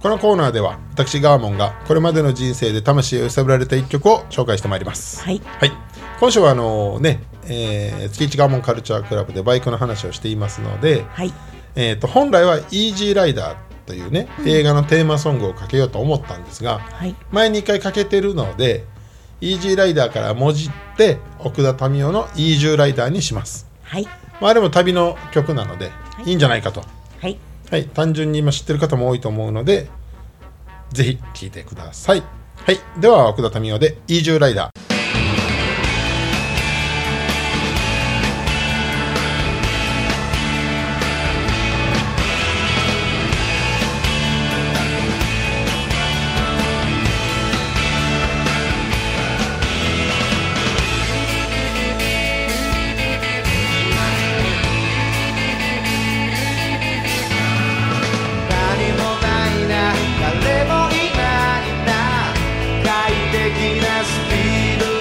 Speaker 1: このコーナーでは、私、ガーモンが、これまでの人生で魂を揺さぶられた一曲を紹介してまいります。
Speaker 2: はい
Speaker 1: はい、今週はあのね、えー、月一ガーモンカルチャークラブでバイクの話をしていますので、
Speaker 2: はい
Speaker 1: えー、と本来は「イージーライダー」というね、映画のテーマソングをかけようと思ったんですが
Speaker 2: はい
Speaker 1: 前に一回かけてるので「イージーライダー」からもじって奥田民生の「イージューライダー」にします、
Speaker 2: はい
Speaker 1: まあ、あれも旅の曲なので、
Speaker 2: い
Speaker 1: い、いんじゃないかと、
Speaker 2: はい
Speaker 1: はい、単純に今知ってる方も多いと思うのでぜひ聴いてください、はい、では奥田民生で「イージューライダー」
Speaker 4: 何もないな誰もいないな快適なスピード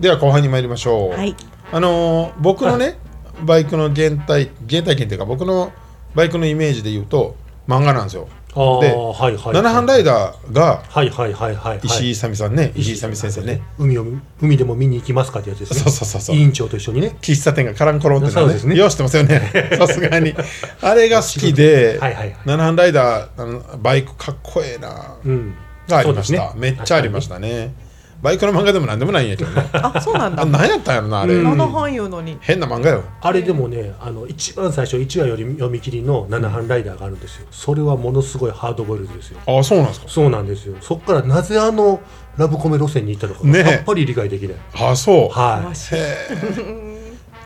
Speaker 1: では後半に参りましょう、
Speaker 2: はい
Speaker 1: あのー僕のねバイクの原体原体験というか僕のバイクのイメージで言うと漫画なんですよ、
Speaker 3: ああ
Speaker 1: で
Speaker 3: はいはい
Speaker 1: 七班ライダーが
Speaker 3: はいはいはいはい
Speaker 1: 石井勇さんね、
Speaker 3: はい
Speaker 1: 石井勇先生ね、
Speaker 3: 海を海でも見に行きますかってやつですね
Speaker 1: そうそうそうそう
Speaker 3: 委員長と一緒にね
Speaker 1: 喫茶店がカランコロンって
Speaker 3: そ
Speaker 1: の
Speaker 3: う
Speaker 1: ね
Speaker 3: ですね
Speaker 1: よう知ってますよ ねさすがにあれが好きで、
Speaker 3: はいはいはい
Speaker 1: 七班ライダーあのバイクかっこええな
Speaker 3: うん
Speaker 1: がありました、
Speaker 3: そうですね
Speaker 1: めっちゃありましたねバイクの漫画でも何でもないんやけど ね
Speaker 2: あ、そうなんだ
Speaker 1: あ。何やったんやろなあれ、
Speaker 3: うん
Speaker 2: 七半いうのに。
Speaker 1: 変な漫画よ
Speaker 3: あれでもねあの一番最初1話より読み切りの七班ライダーがあるんですよそれはものすごいハードボイルドですよ
Speaker 1: ああそうなんですか
Speaker 3: そうなんですよそこからなぜあのラブコメ路線に行ったのかが
Speaker 1: ねえ
Speaker 3: やっぱり理解できない、
Speaker 1: ああそう
Speaker 3: はい
Speaker 2: しい。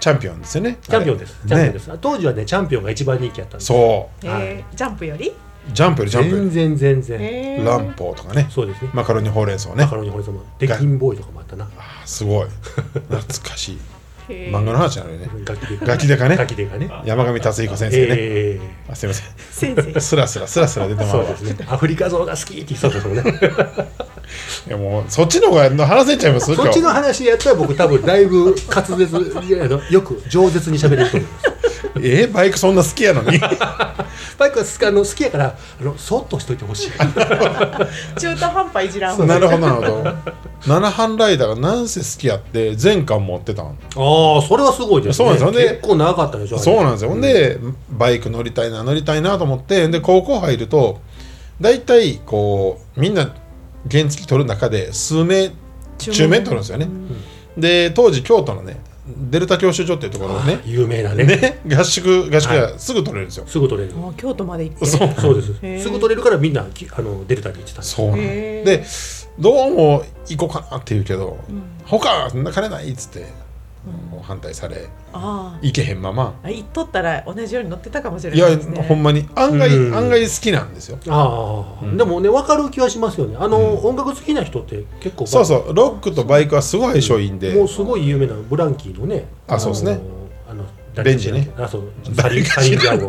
Speaker 1: チャンピオンですよね
Speaker 3: チャンピオンです
Speaker 1: あれ
Speaker 3: チャンピオン
Speaker 1: ね
Speaker 3: です、当時はねチャンピオンが一番人気やったんです
Speaker 1: そ
Speaker 2: えージャンプより。
Speaker 1: うジャンプよりジャンプよ
Speaker 3: 全然全然、
Speaker 2: え
Speaker 1: り
Speaker 2: ー
Speaker 1: ランポーとかね
Speaker 3: そうですね、
Speaker 1: マカロニほうれん草ね
Speaker 3: マカロニホリゾンデキンボーイとかもあったな
Speaker 1: ああすごい懐かしい
Speaker 2: へー
Speaker 1: 漫画の話なのよね
Speaker 3: ガキデカ
Speaker 1: ガキデカね
Speaker 3: ガキデカね
Speaker 1: 山上達彦先生ね、
Speaker 3: え
Speaker 1: あすいません
Speaker 2: 先生。
Speaker 1: スラスラスラスラ出て
Speaker 3: え
Speaker 1: まう
Speaker 3: そう
Speaker 1: わ
Speaker 3: ですねアフリカゾウが好きって言ってたですもんね
Speaker 1: いやもうそっちの方が話せちゃいます
Speaker 3: そっちの話やったら僕多分だいぶ滑舌いやあのよく饒舌に喋れると思います
Speaker 1: えバイ クそんな好きやのに
Speaker 3: バイクはすあの好きやからあのそっとしといてほ しい
Speaker 2: 中途半端いじらんわ。
Speaker 1: なるほどなるほど 七班ライダーがなんせ好きやって全巻持ってたん
Speaker 3: ああそれはすごいですね
Speaker 1: そうなんですよね
Speaker 3: 結構長かったでしょあれ
Speaker 1: そうなんですよ、ほんでバイク乗りたいな乗りたいなと思ってで高校入ると大体こうみんな原付取る中で数名
Speaker 2: 中
Speaker 1: 中面取るんですよね、で当時京都のねデルタ教習所っていうところをね
Speaker 3: 有名なね
Speaker 1: ね合宿合宿がすぐ取れるんですよ、
Speaker 3: すぐ取れる
Speaker 2: もう京都まで行って。
Speaker 1: そう
Speaker 3: そうで
Speaker 2: へー
Speaker 3: すすぐ取れるからみんなきあのデルタに行ってたんです
Speaker 1: そうなん
Speaker 2: へー
Speaker 1: でどうも行こうかなって言うけど、他はそんな金ないっつって、もう反対され
Speaker 2: あ
Speaker 1: 行けへんまま
Speaker 2: あ。行っとったら同じように乗ってたかもしれ
Speaker 1: い
Speaker 2: な
Speaker 1: や
Speaker 2: いですね。
Speaker 1: ほんまに案外、
Speaker 3: うん
Speaker 1: 案外好きなんですよ
Speaker 3: ああ、でもね分かる気はしますよねあの、音楽好きな人って結構
Speaker 1: そうそうロックとバイクはすごい相性いいんで、
Speaker 3: もうすごい有名なブランキーのね
Speaker 1: あそうですね
Speaker 3: あのあの
Speaker 1: ベンジね
Speaker 3: あそうサリンサリンジャーゴ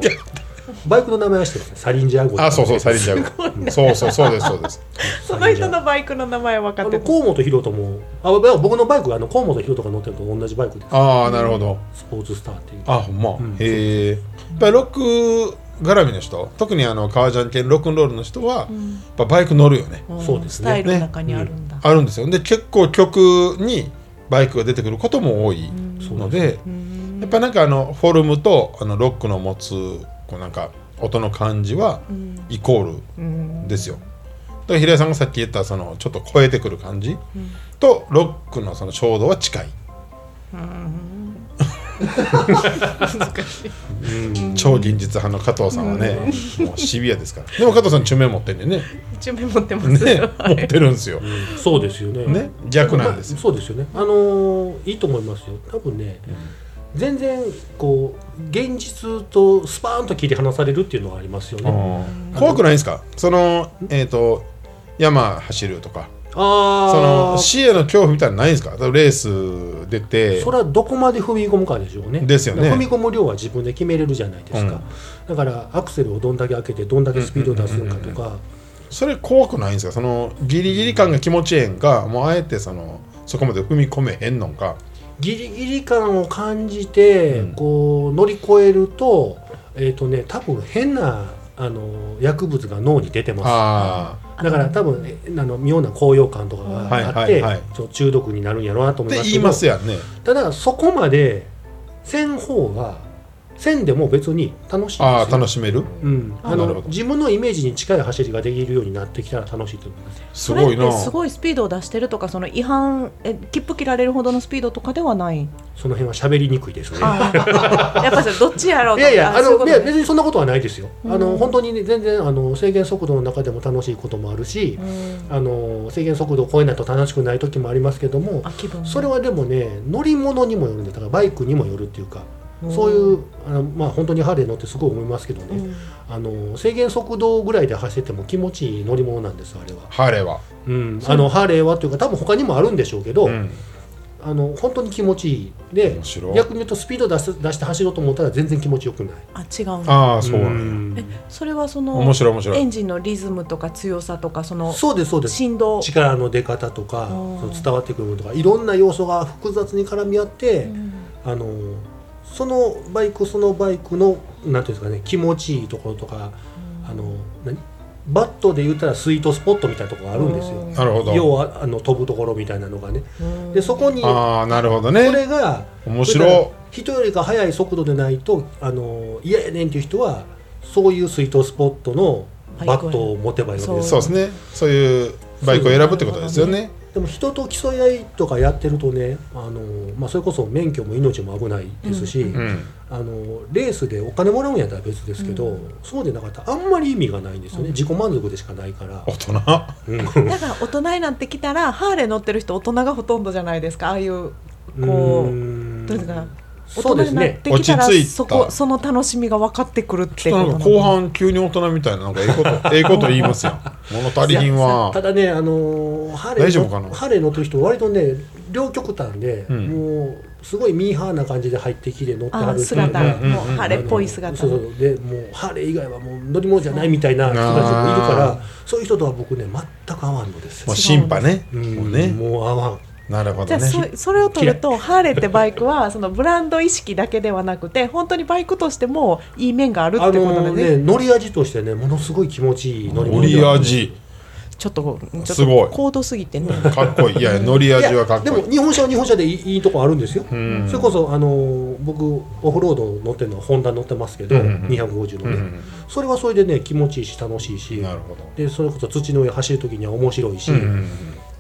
Speaker 3: バイクの名前は知ってますねサリンジャーゴ
Speaker 1: あそうそうサリン
Speaker 3: ジ
Speaker 1: ジャーゴそうそうそうですそうです
Speaker 2: その人のバイクの名前分
Speaker 3: あ
Speaker 2: かっ
Speaker 3: の
Speaker 2: てた。
Speaker 3: 河本大翔もあいや僕のバイクはあの河本大翔が乗ってるのと同じバイクです
Speaker 1: ああなるほど
Speaker 3: スポーツスターっていう
Speaker 1: あほんま、
Speaker 3: ん
Speaker 1: へえやっぱりロック絡みの人特にあの革ジャン系ロックンロールの人は、やっぱバイク乗るよね、
Speaker 2: ん
Speaker 3: そうです
Speaker 2: ス
Speaker 3: ね
Speaker 2: タイルの中にあるんだ。
Speaker 1: あるんですよで結構曲にバイクが出てくることも多いので、やっぱなんかあのフォルムとあのロックの持つこうなんか音の感じはイコールですよ。だから平井さんがさっき言ったそのちょっと超えてくる感じとロックのその衝動は近い。 超現実派の加藤さんはね、もうシビアですからでも加藤さん中面持ってんねんね
Speaker 2: 一面持ってま す。
Speaker 1: ね持ってるんですよ、
Speaker 3: そうですよね
Speaker 1: ね逆なんですよ
Speaker 3: まあそうですよねあのーいいと思いますよ多分ね、全然こう現実とスパーンと切り離されるっていうのがありますよね、
Speaker 1: 怖くないですかそのえっ、と山走るとかそ
Speaker 3: あ
Speaker 1: の
Speaker 3: あ
Speaker 1: 死への恐怖みたいなのないんですかレース出て
Speaker 3: それはどこまで踏み込むかでしょうね
Speaker 1: ですよね
Speaker 3: 踏み込む量は自分で決めれるじゃないですか、だからアクセルをどんだけ開けてどんだけスピードを出すのかとか
Speaker 1: それ怖くないんですかそのギリギリ感が気持ちええんかもうあえてそのそこまで踏み込めへんのんか
Speaker 3: ギリギリ感を感じて、
Speaker 1: うん
Speaker 3: こう乗り越えるとえっ、とね多分変なあの薬物が脳に出てます
Speaker 1: あ
Speaker 3: だから多分えあの妙な高揚感とか
Speaker 1: はい
Speaker 3: があっ
Speaker 1: はい
Speaker 3: て、
Speaker 1: はい
Speaker 3: そう中毒になるんやろうなと
Speaker 1: あっ
Speaker 3: 思い
Speaker 1: て
Speaker 3: ます
Speaker 1: 言
Speaker 3: け
Speaker 1: いますやん
Speaker 3: ど
Speaker 1: ね
Speaker 3: ただそこまでせん方がせんでも別に楽しいんですよ
Speaker 1: ああ楽しめる
Speaker 3: うん、あ
Speaker 1: なるほ
Speaker 3: の
Speaker 1: ど
Speaker 3: 自分のイメージに近い走りができるようになってきたら楽しいと思います。
Speaker 1: すごい
Speaker 2: それっ
Speaker 1: な
Speaker 2: てすごいスピードを出してるとかその違反え切符切られるほどのスピードとかではない。
Speaker 3: その辺は喋りにくいですね。
Speaker 2: あ ーやっぱそれどっちやろう
Speaker 3: い
Speaker 2: とか
Speaker 3: やいや、あ
Speaker 2: そういう
Speaker 3: の
Speaker 2: こ
Speaker 3: い
Speaker 2: と
Speaker 3: や
Speaker 2: ね
Speaker 3: 別にそんなことはないですよ。あ
Speaker 2: う
Speaker 3: の
Speaker 2: ん
Speaker 3: 本当にね全然あの制限速度の中でも楽しいこともあるし、
Speaker 2: うん
Speaker 3: あの制限速度を超えないと楽しくない時もありますけども
Speaker 2: あ、気分
Speaker 3: それはでもね乗り物にもよるんで、だからバイクにもよるっていうか、そういうあのまあ本当にハーレー乗ってすごい思いますけどね、あの制限速度ぐらいで走ってても気持ちいい乗り物なんですあれは。
Speaker 1: ハーレーは、
Speaker 3: うん、あのハーレーはというか多分他にもあるんでしょうけど。
Speaker 1: うん
Speaker 3: あの本当に気持ちいいで
Speaker 1: 面白い
Speaker 3: 逆に言うとスピード出す出して走ろうと思ったら全然気持ちよくない
Speaker 2: あ違うの
Speaker 1: ああそうなんや
Speaker 3: ん
Speaker 2: えそれはその
Speaker 1: 面白い面白い
Speaker 2: エンジンのリズムとか強さとかその
Speaker 3: そうですそうです
Speaker 2: 振動
Speaker 3: 力の出方とか
Speaker 2: うん
Speaker 3: その伝わってくるものとかいろんな要素が複雑に絡み合って、あのそのバイクそのバイクのなんていうんですかね気持ちいいところとかあの何バットで言ったらスイートスポットみたいなところがあるんですよ。
Speaker 1: なるほ
Speaker 3: 要
Speaker 1: ど
Speaker 3: はあの飛ぶところみたいなのがね。でそこにこ
Speaker 1: ああなるほど
Speaker 3: れ
Speaker 1: ね
Speaker 3: が
Speaker 1: 面白
Speaker 3: 人よりか速い速度でないとあの嫌やねんっていう人はそういうスイートスポットのバットを持てばいいわけ
Speaker 1: い
Speaker 3: で
Speaker 1: そうですねそういうバイクを選ぶってことですよね
Speaker 3: でも人と競い合いとかやってるとねあの、まあ、それこそ免許も命も危ないですし、
Speaker 1: うん
Speaker 3: あのレースでお金もらうんやったら別ですけど、そうでなかったらあんまり意味がないんですよね、自己満足でしかないから
Speaker 1: 大。人
Speaker 3: うん
Speaker 2: だから大人になってきたらハーレー乗ってる人大人がほとんどじゃないですかああいうこう
Speaker 3: うん
Speaker 2: どうですか大
Speaker 3: そう
Speaker 2: 人
Speaker 3: で
Speaker 2: に
Speaker 3: す
Speaker 2: なっ
Speaker 3: ね
Speaker 2: てきたら
Speaker 1: 落ち着いた
Speaker 2: そこその楽しみが分かってくるっ
Speaker 1: ち
Speaker 2: て
Speaker 1: ょ
Speaker 2: こ
Speaker 1: っとなん
Speaker 2: となん
Speaker 1: か
Speaker 2: だ
Speaker 1: 後半急に大人みたいななんかええこと ええこと言いますやん物足りひんわ
Speaker 3: ただね、あのーハーレー
Speaker 1: 大丈夫かな
Speaker 3: ハーレー乗ってる人割とね両極端で、
Speaker 1: うん
Speaker 3: もうすごいミーハーな感じで入ってきて乗っては
Speaker 2: あ
Speaker 3: る
Speaker 2: ー姿
Speaker 1: うんうんうんうん
Speaker 2: もうハーレーっぽい姿
Speaker 3: そうそうでもうハーレー以外はもう乗り物じゃないみたいな人たちもいるからそういう人とは僕ね全く合わんのです
Speaker 1: もう審判ね
Speaker 3: うん
Speaker 1: もうね
Speaker 3: もう合わん
Speaker 1: なるほ
Speaker 2: じゃ
Speaker 1: ど
Speaker 2: あ
Speaker 1: ね
Speaker 2: そそれを取るとハーレーってバイクはそのブランド意識だけではなくて本当にバイクとしてもいい面があるって
Speaker 3: あ
Speaker 2: ことな
Speaker 3: の
Speaker 2: んで
Speaker 3: ね
Speaker 2: ね
Speaker 3: 乗り味としてねものすごい気持ちいい乗り
Speaker 1: 乗
Speaker 3: 物で
Speaker 1: り
Speaker 3: はある
Speaker 1: 味
Speaker 2: ちょっとちょっ
Speaker 1: すご
Speaker 2: と
Speaker 1: い
Speaker 2: 高度すぎてね
Speaker 1: かっこいいいや乗り
Speaker 3: いや
Speaker 1: 味はかっ
Speaker 3: で
Speaker 1: こい
Speaker 3: も
Speaker 1: い
Speaker 3: 日本車は日本車でいいいいとこあるんですよ、
Speaker 1: うん
Speaker 3: それこそあのー僕オフロード乗ってるのはホンダ乗ってますけど、
Speaker 1: うんうんうん
Speaker 3: 250のね、
Speaker 1: うん
Speaker 3: それはそれでね気持ちいいし楽しいし
Speaker 1: なるほど
Speaker 3: でそれこそ土の上走る時には面白いし、
Speaker 1: うんうんうん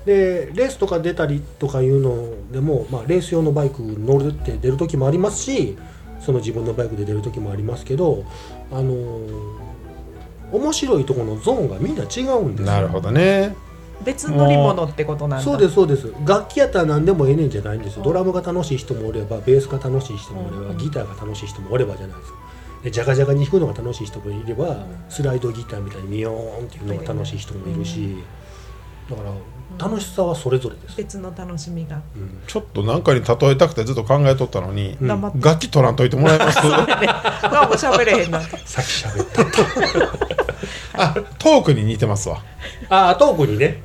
Speaker 3: でレースとか出たりとかいうのでも、まあ、レース用のバイク乗るって出る時もありますしその自分のバイクで出る時もありますけどあのー面白いところのゾーンがみんな違うんですよ
Speaker 1: なるほどね
Speaker 2: 別乗り物ってことなんだ
Speaker 3: そうですそうです楽器やったら何でもええねんじゃないんですよドラムが楽しい人もおればベースが楽しい人もおればギターが楽しい人もおればじゃないですかでジャガジャガに弾くのが楽しい人もいればスライドギターみたいにミヨーンっていうのが楽しい人もいるしだから楽しさはそれぞれです、
Speaker 2: 別の楽しみが
Speaker 3: うん
Speaker 1: ちょっと何かに例えたくてずっと考えとったのに
Speaker 3: ん
Speaker 2: 黙って、
Speaker 1: 楽器取らんといてもらえ ます
Speaker 2: あもう喋れへんな
Speaker 3: さっき喋った
Speaker 1: あトークに似てますわ
Speaker 3: ああトークにね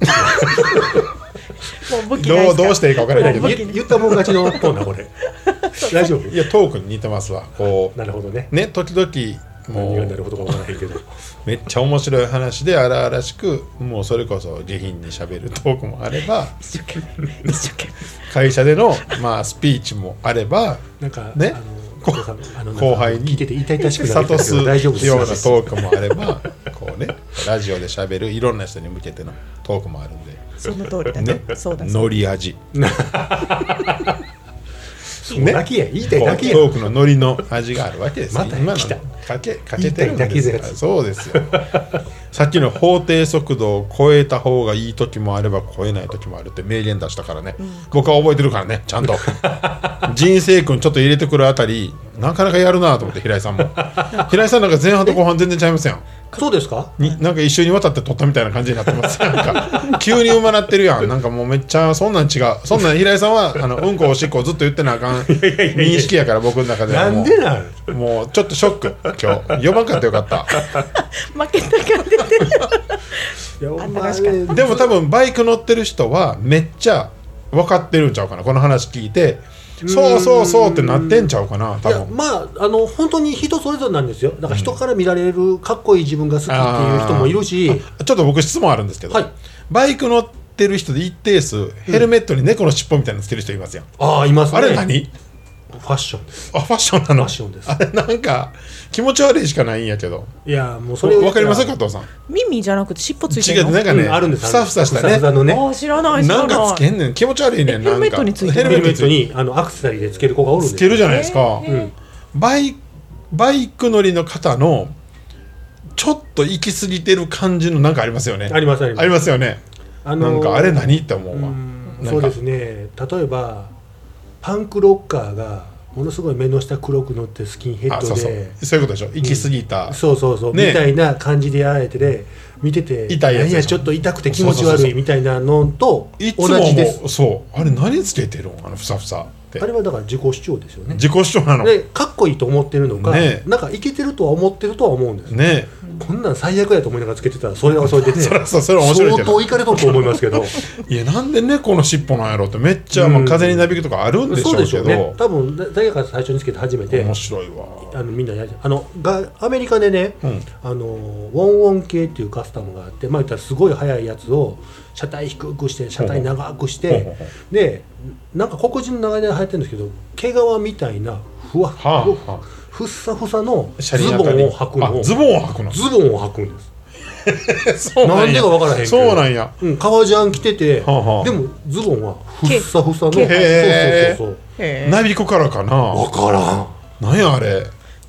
Speaker 2: もう武器ない
Speaker 1: どうどうしていいか分からないけど
Speaker 3: 言言ったもん勝ちのトーンだこれ大丈夫
Speaker 1: いやトークに似てますわこ
Speaker 3: なるほどね
Speaker 1: うね時々も
Speaker 3: 何がな
Speaker 1: う
Speaker 3: るほどかわからないけど
Speaker 1: めっちゃ面白い話で荒々しくもうそれこそ下品にしゃべるトークもあれば
Speaker 2: 一生懸命一生懸命
Speaker 1: 会社での、まあ、スピーチもあれば
Speaker 3: なんか
Speaker 1: ね
Speaker 3: あのあの
Speaker 1: 後輩に
Speaker 3: 聞いてて痛々しくなっ
Speaker 1: 諭
Speaker 3: てきたけ
Speaker 1: す
Speaker 3: ど
Speaker 1: ような
Speaker 3: 大丈夫ですよ
Speaker 1: トークもあればこうねラジオでしゃべるいろんな人に向けてのトークもあるんで
Speaker 2: その通りだね
Speaker 1: ね
Speaker 2: そうだそう
Speaker 1: ノリ味
Speaker 3: ね、泣きや言いたい
Speaker 1: こう
Speaker 3: だけや
Speaker 1: トークのノリの味があるわけですよ
Speaker 3: また
Speaker 1: 今の
Speaker 3: 来た
Speaker 1: かけかけてるん
Speaker 3: 言
Speaker 1: で
Speaker 3: いた
Speaker 1: す
Speaker 3: い
Speaker 1: か
Speaker 3: だけです
Speaker 1: らそうですよ さっきの法定速度を超えた方がいい時もあれば超えない時もあるって名言出したからね、僕は覚えてるからねち ゃんと人生君ちょっと入れてくるあたりなかなかやるなと思って平井さんも平井さんなんか前半と後半全然ちゃいますやん
Speaker 3: そうですか
Speaker 1: になんか一緒に渡って撮ったみたいな感じになって ますなんか急に馬なってるやんなんかもうめっちゃそんなん違うそんなん平井さんはあのうんこおしっこずっと言ってなあかん認識やから僕の中で
Speaker 3: な
Speaker 1: はも
Speaker 3: ん
Speaker 1: う
Speaker 3: でなん
Speaker 1: もうちょっとショック今日呼ばんかったよかった
Speaker 2: 負けたから出てる
Speaker 3: いやお
Speaker 2: 新しかっ
Speaker 1: でも多分バイク乗ってる人はめっちゃ分かってるんちゃうかなこの話聞いてそうそうそうってなってんちゃうかな多
Speaker 3: いや
Speaker 1: 分
Speaker 3: まああの本当に人それぞれなんですよだから人から見られるかっこいい自分が好きっていう人もいるし
Speaker 1: ちょっと僕質問あるんですけど、
Speaker 3: はい
Speaker 1: バイク乗ってる人で一定数ヘルメットに猫の尻尾みたいなのつける人いますやん、
Speaker 3: ああいますね
Speaker 1: あれ何
Speaker 3: ファッションです
Speaker 1: あファッションな
Speaker 3: ファ
Speaker 1: の
Speaker 3: ッションです
Speaker 1: あれなんか気持ち悪いしかないんやけど
Speaker 3: いやもうそ
Speaker 1: そ
Speaker 3: れ
Speaker 1: れ
Speaker 3: を言
Speaker 1: わか
Speaker 3: った
Speaker 1: り
Speaker 3: ら
Speaker 1: ますか加藤さん
Speaker 2: 耳じゃなくて尻尾ついて
Speaker 1: 違
Speaker 2: る
Speaker 1: う
Speaker 2: の
Speaker 1: なんか
Speaker 3: う
Speaker 1: ね、
Speaker 3: んあるんです
Speaker 1: ふさふさした
Speaker 3: ふさふさ
Speaker 1: ね
Speaker 3: のね
Speaker 2: あー知らない知ら
Speaker 1: なん
Speaker 2: ない
Speaker 1: かつけんねん気持ち悪いねんな
Speaker 2: え
Speaker 1: んか
Speaker 2: ヘルメットについてる
Speaker 1: ヘル
Speaker 3: ヘ
Speaker 1: メ
Speaker 3: ルメ
Speaker 1: ッ
Speaker 3: ッ
Speaker 1: ト
Speaker 3: ト
Speaker 1: に
Speaker 3: にあのアクセサリーでつける子がおるんです
Speaker 1: つけるじゃないですか、
Speaker 2: えー
Speaker 3: うん
Speaker 1: バイバイク乗りの方のちょっと行き過ぎてる感じのなんかありますよね
Speaker 3: ありますあります
Speaker 1: ありますよね、
Speaker 3: あのー
Speaker 1: なんかあれ何って思うわ
Speaker 3: うん
Speaker 1: なんか
Speaker 3: そうですね例えばパンクロッカーがものすごい目の下黒くのってスキンヘッ
Speaker 1: あそ
Speaker 3: ド
Speaker 1: うそう
Speaker 3: で
Speaker 1: そういうことでしょ行き過ぎた、
Speaker 3: そうそうそう、
Speaker 1: ね
Speaker 3: みたいな感じでやられてで見てて
Speaker 1: 痛いやつ
Speaker 3: なん
Speaker 1: で
Speaker 3: や
Speaker 1: しょ
Speaker 3: ちょっと痛くて気持ち悪いみたいなのと
Speaker 1: いつも
Speaker 3: 同
Speaker 1: も
Speaker 3: じです
Speaker 1: うそうあれ何つけてるのあのふさふさって
Speaker 3: あれはだから自己主張ですよね
Speaker 1: 自己主張なのね
Speaker 3: でかっこいいと思ってるのか、
Speaker 1: ね
Speaker 3: なんかいけてるとは思ってるとは思うんです、
Speaker 1: え
Speaker 3: こんなん最悪やと思いながらつけてたらそれはそれでね
Speaker 1: そりゃそうそれは面白いけ
Speaker 3: 相
Speaker 1: ど
Speaker 3: 当いかれとると思いますけど
Speaker 1: いやなんで猫の尻尾なんやろってめっちゃ、ま
Speaker 3: う
Speaker 1: あ、
Speaker 3: ん
Speaker 1: 風になびくとかあるんでしょ
Speaker 3: そう
Speaker 1: け
Speaker 3: うで
Speaker 1: ど
Speaker 3: しょうね多分だ誰かが最初につけて初めて
Speaker 1: 面白いわ
Speaker 3: あのみんなやあのがアメリカでね、
Speaker 1: うん
Speaker 3: あのウォンウォン系っていうカスタムがあってまあ言ったらすごい速いやつを車体低くして車体長くし
Speaker 1: ほうほう
Speaker 3: て
Speaker 1: ほう
Speaker 3: でなんか黒人の流れで流行ってるんですけど毛皮みたいなふわふ
Speaker 1: はあはあ
Speaker 3: ふっさふさの
Speaker 1: シャ
Speaker 3: ズ
Speaker 1: リの
Speaker 3: ボン
Speaker 1: 中に
Speaker 3: を履くの
Speaker 1: あズボンを履くの
Speaker 3: ズボンを履くんです、
Speaker 1: そうや
Speaker 3: なんでかわからへんけど
Speaker 1: そうなんや
Speaker 3: うん、革ジャン着てて、
Speaker 1: はあはあ
Speaker 3: でもズボンはふっさふさの
Speaker 2: 毛
Speaker 1: へー
Speaker 3: そうそうそう
Speaker 2: へ
Speaker 1: なびくからか
Speaker 3: そう
Speaker 1: な
Speaker 3: 分からん
Speaker 1: なんやあれ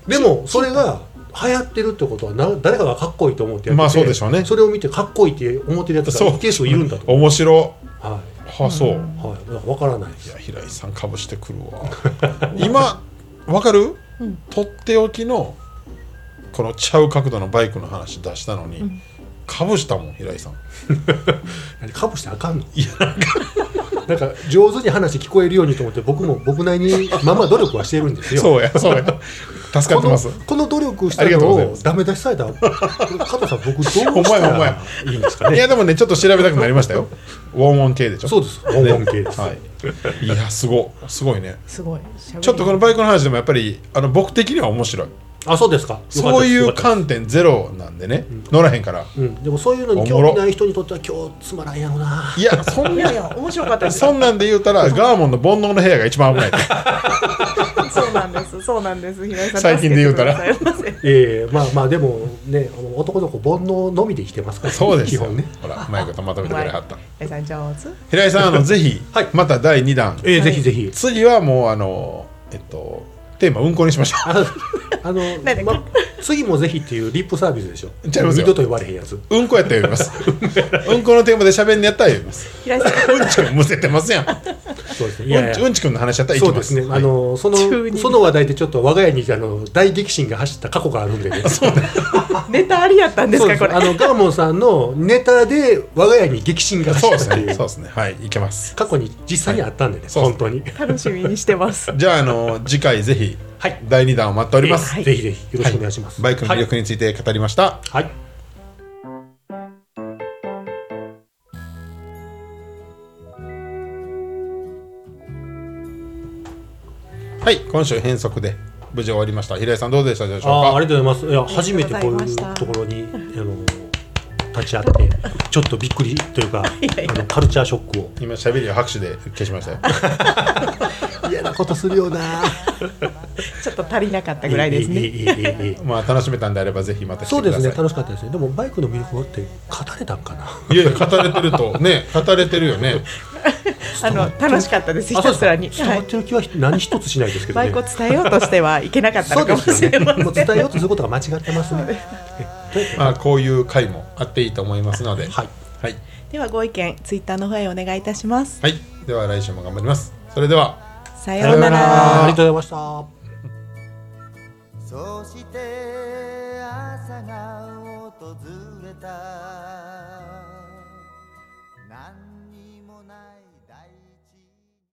Speaker 3: でもそれが流行ってるってことはな誰かがかっこいいと思ってやってて
Speaker 1: まあそうでしょうね
Speaker 3: それを見てかっこいいって思ってるやつ
Speaker 1: そ
Speaker 3: が
Speaker 1: う
Speaker 3: 一定数いるんだと
Speaker 1: 面白
Speaker 3: は
Speaker 1: はあそう、
Speaker 3: い、はい、だから分からないで
Speaker 1: い
Speaker 3: す
Speaker 1: や平井さんかぶしてくる わ今わかる、とっておきのこのちゃう角度のバイクの話出したのに、かぶしたもん平井さん
Speaker 3: 何かぶしてあかんのいや なんか上手に話聞こえるようにと思って僕も僕なりにまあまあ努力はしてるんですよ
Speaker 1: そうやそうや助かっ
Speaker 3: こ
Speaker 1: てま
Speaker 3: の
Speaker 1: す
Speaker 3: この努力し
Speaker 1: あ
Speaker 3: た
Speaker 1: りがとう
Speaker 3: の
Speaker 1: ございま
Speaker 3: を
Speaker 1: す
Speaker 3: ダメ出しされたら加藤さん僕どうした
Speaker 1: ほんまやほんまや
Speaker 3: らいいんですか
Speaker 1: い
Speaker 3: ね
Speaker 1: やでもねちょっと調べたくなりました よウォンウォン系でしょ
Speaker 3: そうです音楽系です、
Speaker 1: はい、いやすごすごいね
Speaker 2: ーすごいしゃべり
Speaker 1: ちょっとこのバイクの話でもやっぱりあの僕的には面白い
Speaker 3: あそうですかよかったです
Speaker 1: そうい
Speaker 3: よか
Speaker 1: う
Speaker 3: ったです
Speaker 1: 観点ゼロなんでね、乗らへんから
Speaker 3: うん、でもそういうのに興味ない人にとっては今日つまらんやろうない
Speaker 1: やそん
Speaker 2: い
Speaker 1: な
Speaker 2: やいや面白かったです
Speaker 1: そんなんで言うたらガーモンの煩悩の部屋が一番危ない
Speaker 2: そうなんですそうなんです平井さん
Speaker 1: 最近で言うたら
Speaker 2: 助けてくださいませ
Speaker 3: ええまあまあでもね男の子煩悩のみで生きてますから
Speaker 1: そうです
Speaker 3: 基
Speaker 1: よ
Speaker 3: 本ね
Speaker 1: ほらうまいことまとめてくれはった
Speaker 2: 平井さん上手
Speaker 1: 平井さん あのぜひ、
Speaker 3: はい
Speaker 1: また第2弾
Speaker 3: ええ
Speaker 2: はい
Speaker 3: ぜひぜひ
Speaker 1: 次はもうあのえっとテーマうんこにしましょ
Speaker 3: ああの
Speaker 2: なんだっけ
Speaker 3: ま次もぜひっていうリップサービスでしょ
Speaker 1: ちゃいますよ
Speaker 3: 二度と言われへんやつ
Speaker 1: う うんこやったら読みますうんこのテーマで喋んねやったら読みます
Speaker 2: 平井さん
Speaker 1: うんちくんむせてますやん
Speaker 3: そうですねいやいや
Speaker 1: うんちうんちくんの話やったらいき
Speaker 3: そう
Speaker 1: ま
Speaker 3: ですすね、
Speaker 1: はい
Speaker 3: あのその
Speaker 2: 急に
Speaker 3: その話題でちょっと我が家にあの大激震が走った過去があるんでねそう
Speaker 2: ネタありやったんです
Speaker 3: で
Speaker 2: か
Speaker 3: す
Speaker 2: これ
Speaker 3: あのガーモンさんのネタで我が家に激震が
Speaker 1: そ
Speaker 3: 走
Speaker 1: うで
Speaker 3: っ
Speaker 1: す
Speaker 3: たって い
Speaker 1: ね
Speaker 3: う
Speaker 1: そうですねはいいけます
Speaker 3: 過去に実際にあったんでね、
Speaker 1: そうですね
Speaker 3: 本当に
Speaker 2: 楽しみにしてます
Speaker 1: じゃああの次回ぜひ
Speaker 3: はい
Speaker 1: 第2弾を待っております、
Speaker 2: はい
Speaker 3: ぜひぜひよろしくお願いします、
Speaker 1: バイクの魅力について語りました、
Speaker 3: はい、はい
Speaker 1: はい、今週変則で無事終わりました。平井さんどうでしたでしょう
Speaker 3: あーあ
Speaker 1: か。
Speaker 3: りがとうございますいや初めて
Speaker 2: あ
Speaker 3: こ
Speaker 2: り
Speaker 3: う
Speaker 2: がとうございま
Speaker 3: い
Speaker 2: し
Speaker 3: う
Speaker 2: た
Speaker 3: ところにあの立ち会ってちょっとびっくりというか
Speaker 2: やいや
Speaker 3: あのカルチャーショックを
Speaker 1: 今喋りを拍手で消しましたよ。
Speaker 3: 嫌なことするよな
Speaker 2: ちょっと足りなかったぐらいです
Speaker 3: い
Speaker 2: ね
Speaker 3: いいいいいいいい
Speaker 1: まあ楽しめたんであればぜひまた来て
Speaker 3: そう
Speaker 1: く
Speaker 3: で
Speaker 1: だ
Speaker 3: す
Speaker 1: さ
Speaker 3: ね
Speaker 1: い。
Speaker 3: 楽しかったですねでもバイクの魅力って語れたんかな
Speaker 1: いやいや語れてるとね、語れてるよね。
Speaker 2: あの楽しかったですひ
Speaker 3: あそ
Speaker 2: た
Speaker 3: うです
Speaker 2: らに
Speaker 3: 伝わってる気は何一つしないですけど
Speaker 2: バイ
Speaker 3: ね
Speaker 2: クを伝えようとしてはいけなかった
Speaker 3: そ
Speaker 2: の
Speaker 3: う
Speaker 2: か
Speaker 3: で
Speaker 2: も
Speaker 3: す
Speaker 2: し
Speaker 3: よ
Speaker 2: れ
Speaker 3: ね
Speaker 2: ません
Speaker 3: もう伝えようとすることが間違ってますねえ
Speaker 1: まあこういう回もあっていいと思いますので。
Speaker 3: はい
Speaker 1: はい
Speaker 2: ではご意見ツイッターの方へお願いいたします
Speaker 1: はい。では来週も頑張ります。それでは。
Speaker 2: さような
Speaker 1: さようなら
Speaker 2: ら
Speaker 3: ありがとうございました
Speaker 4: そして朝が訪れた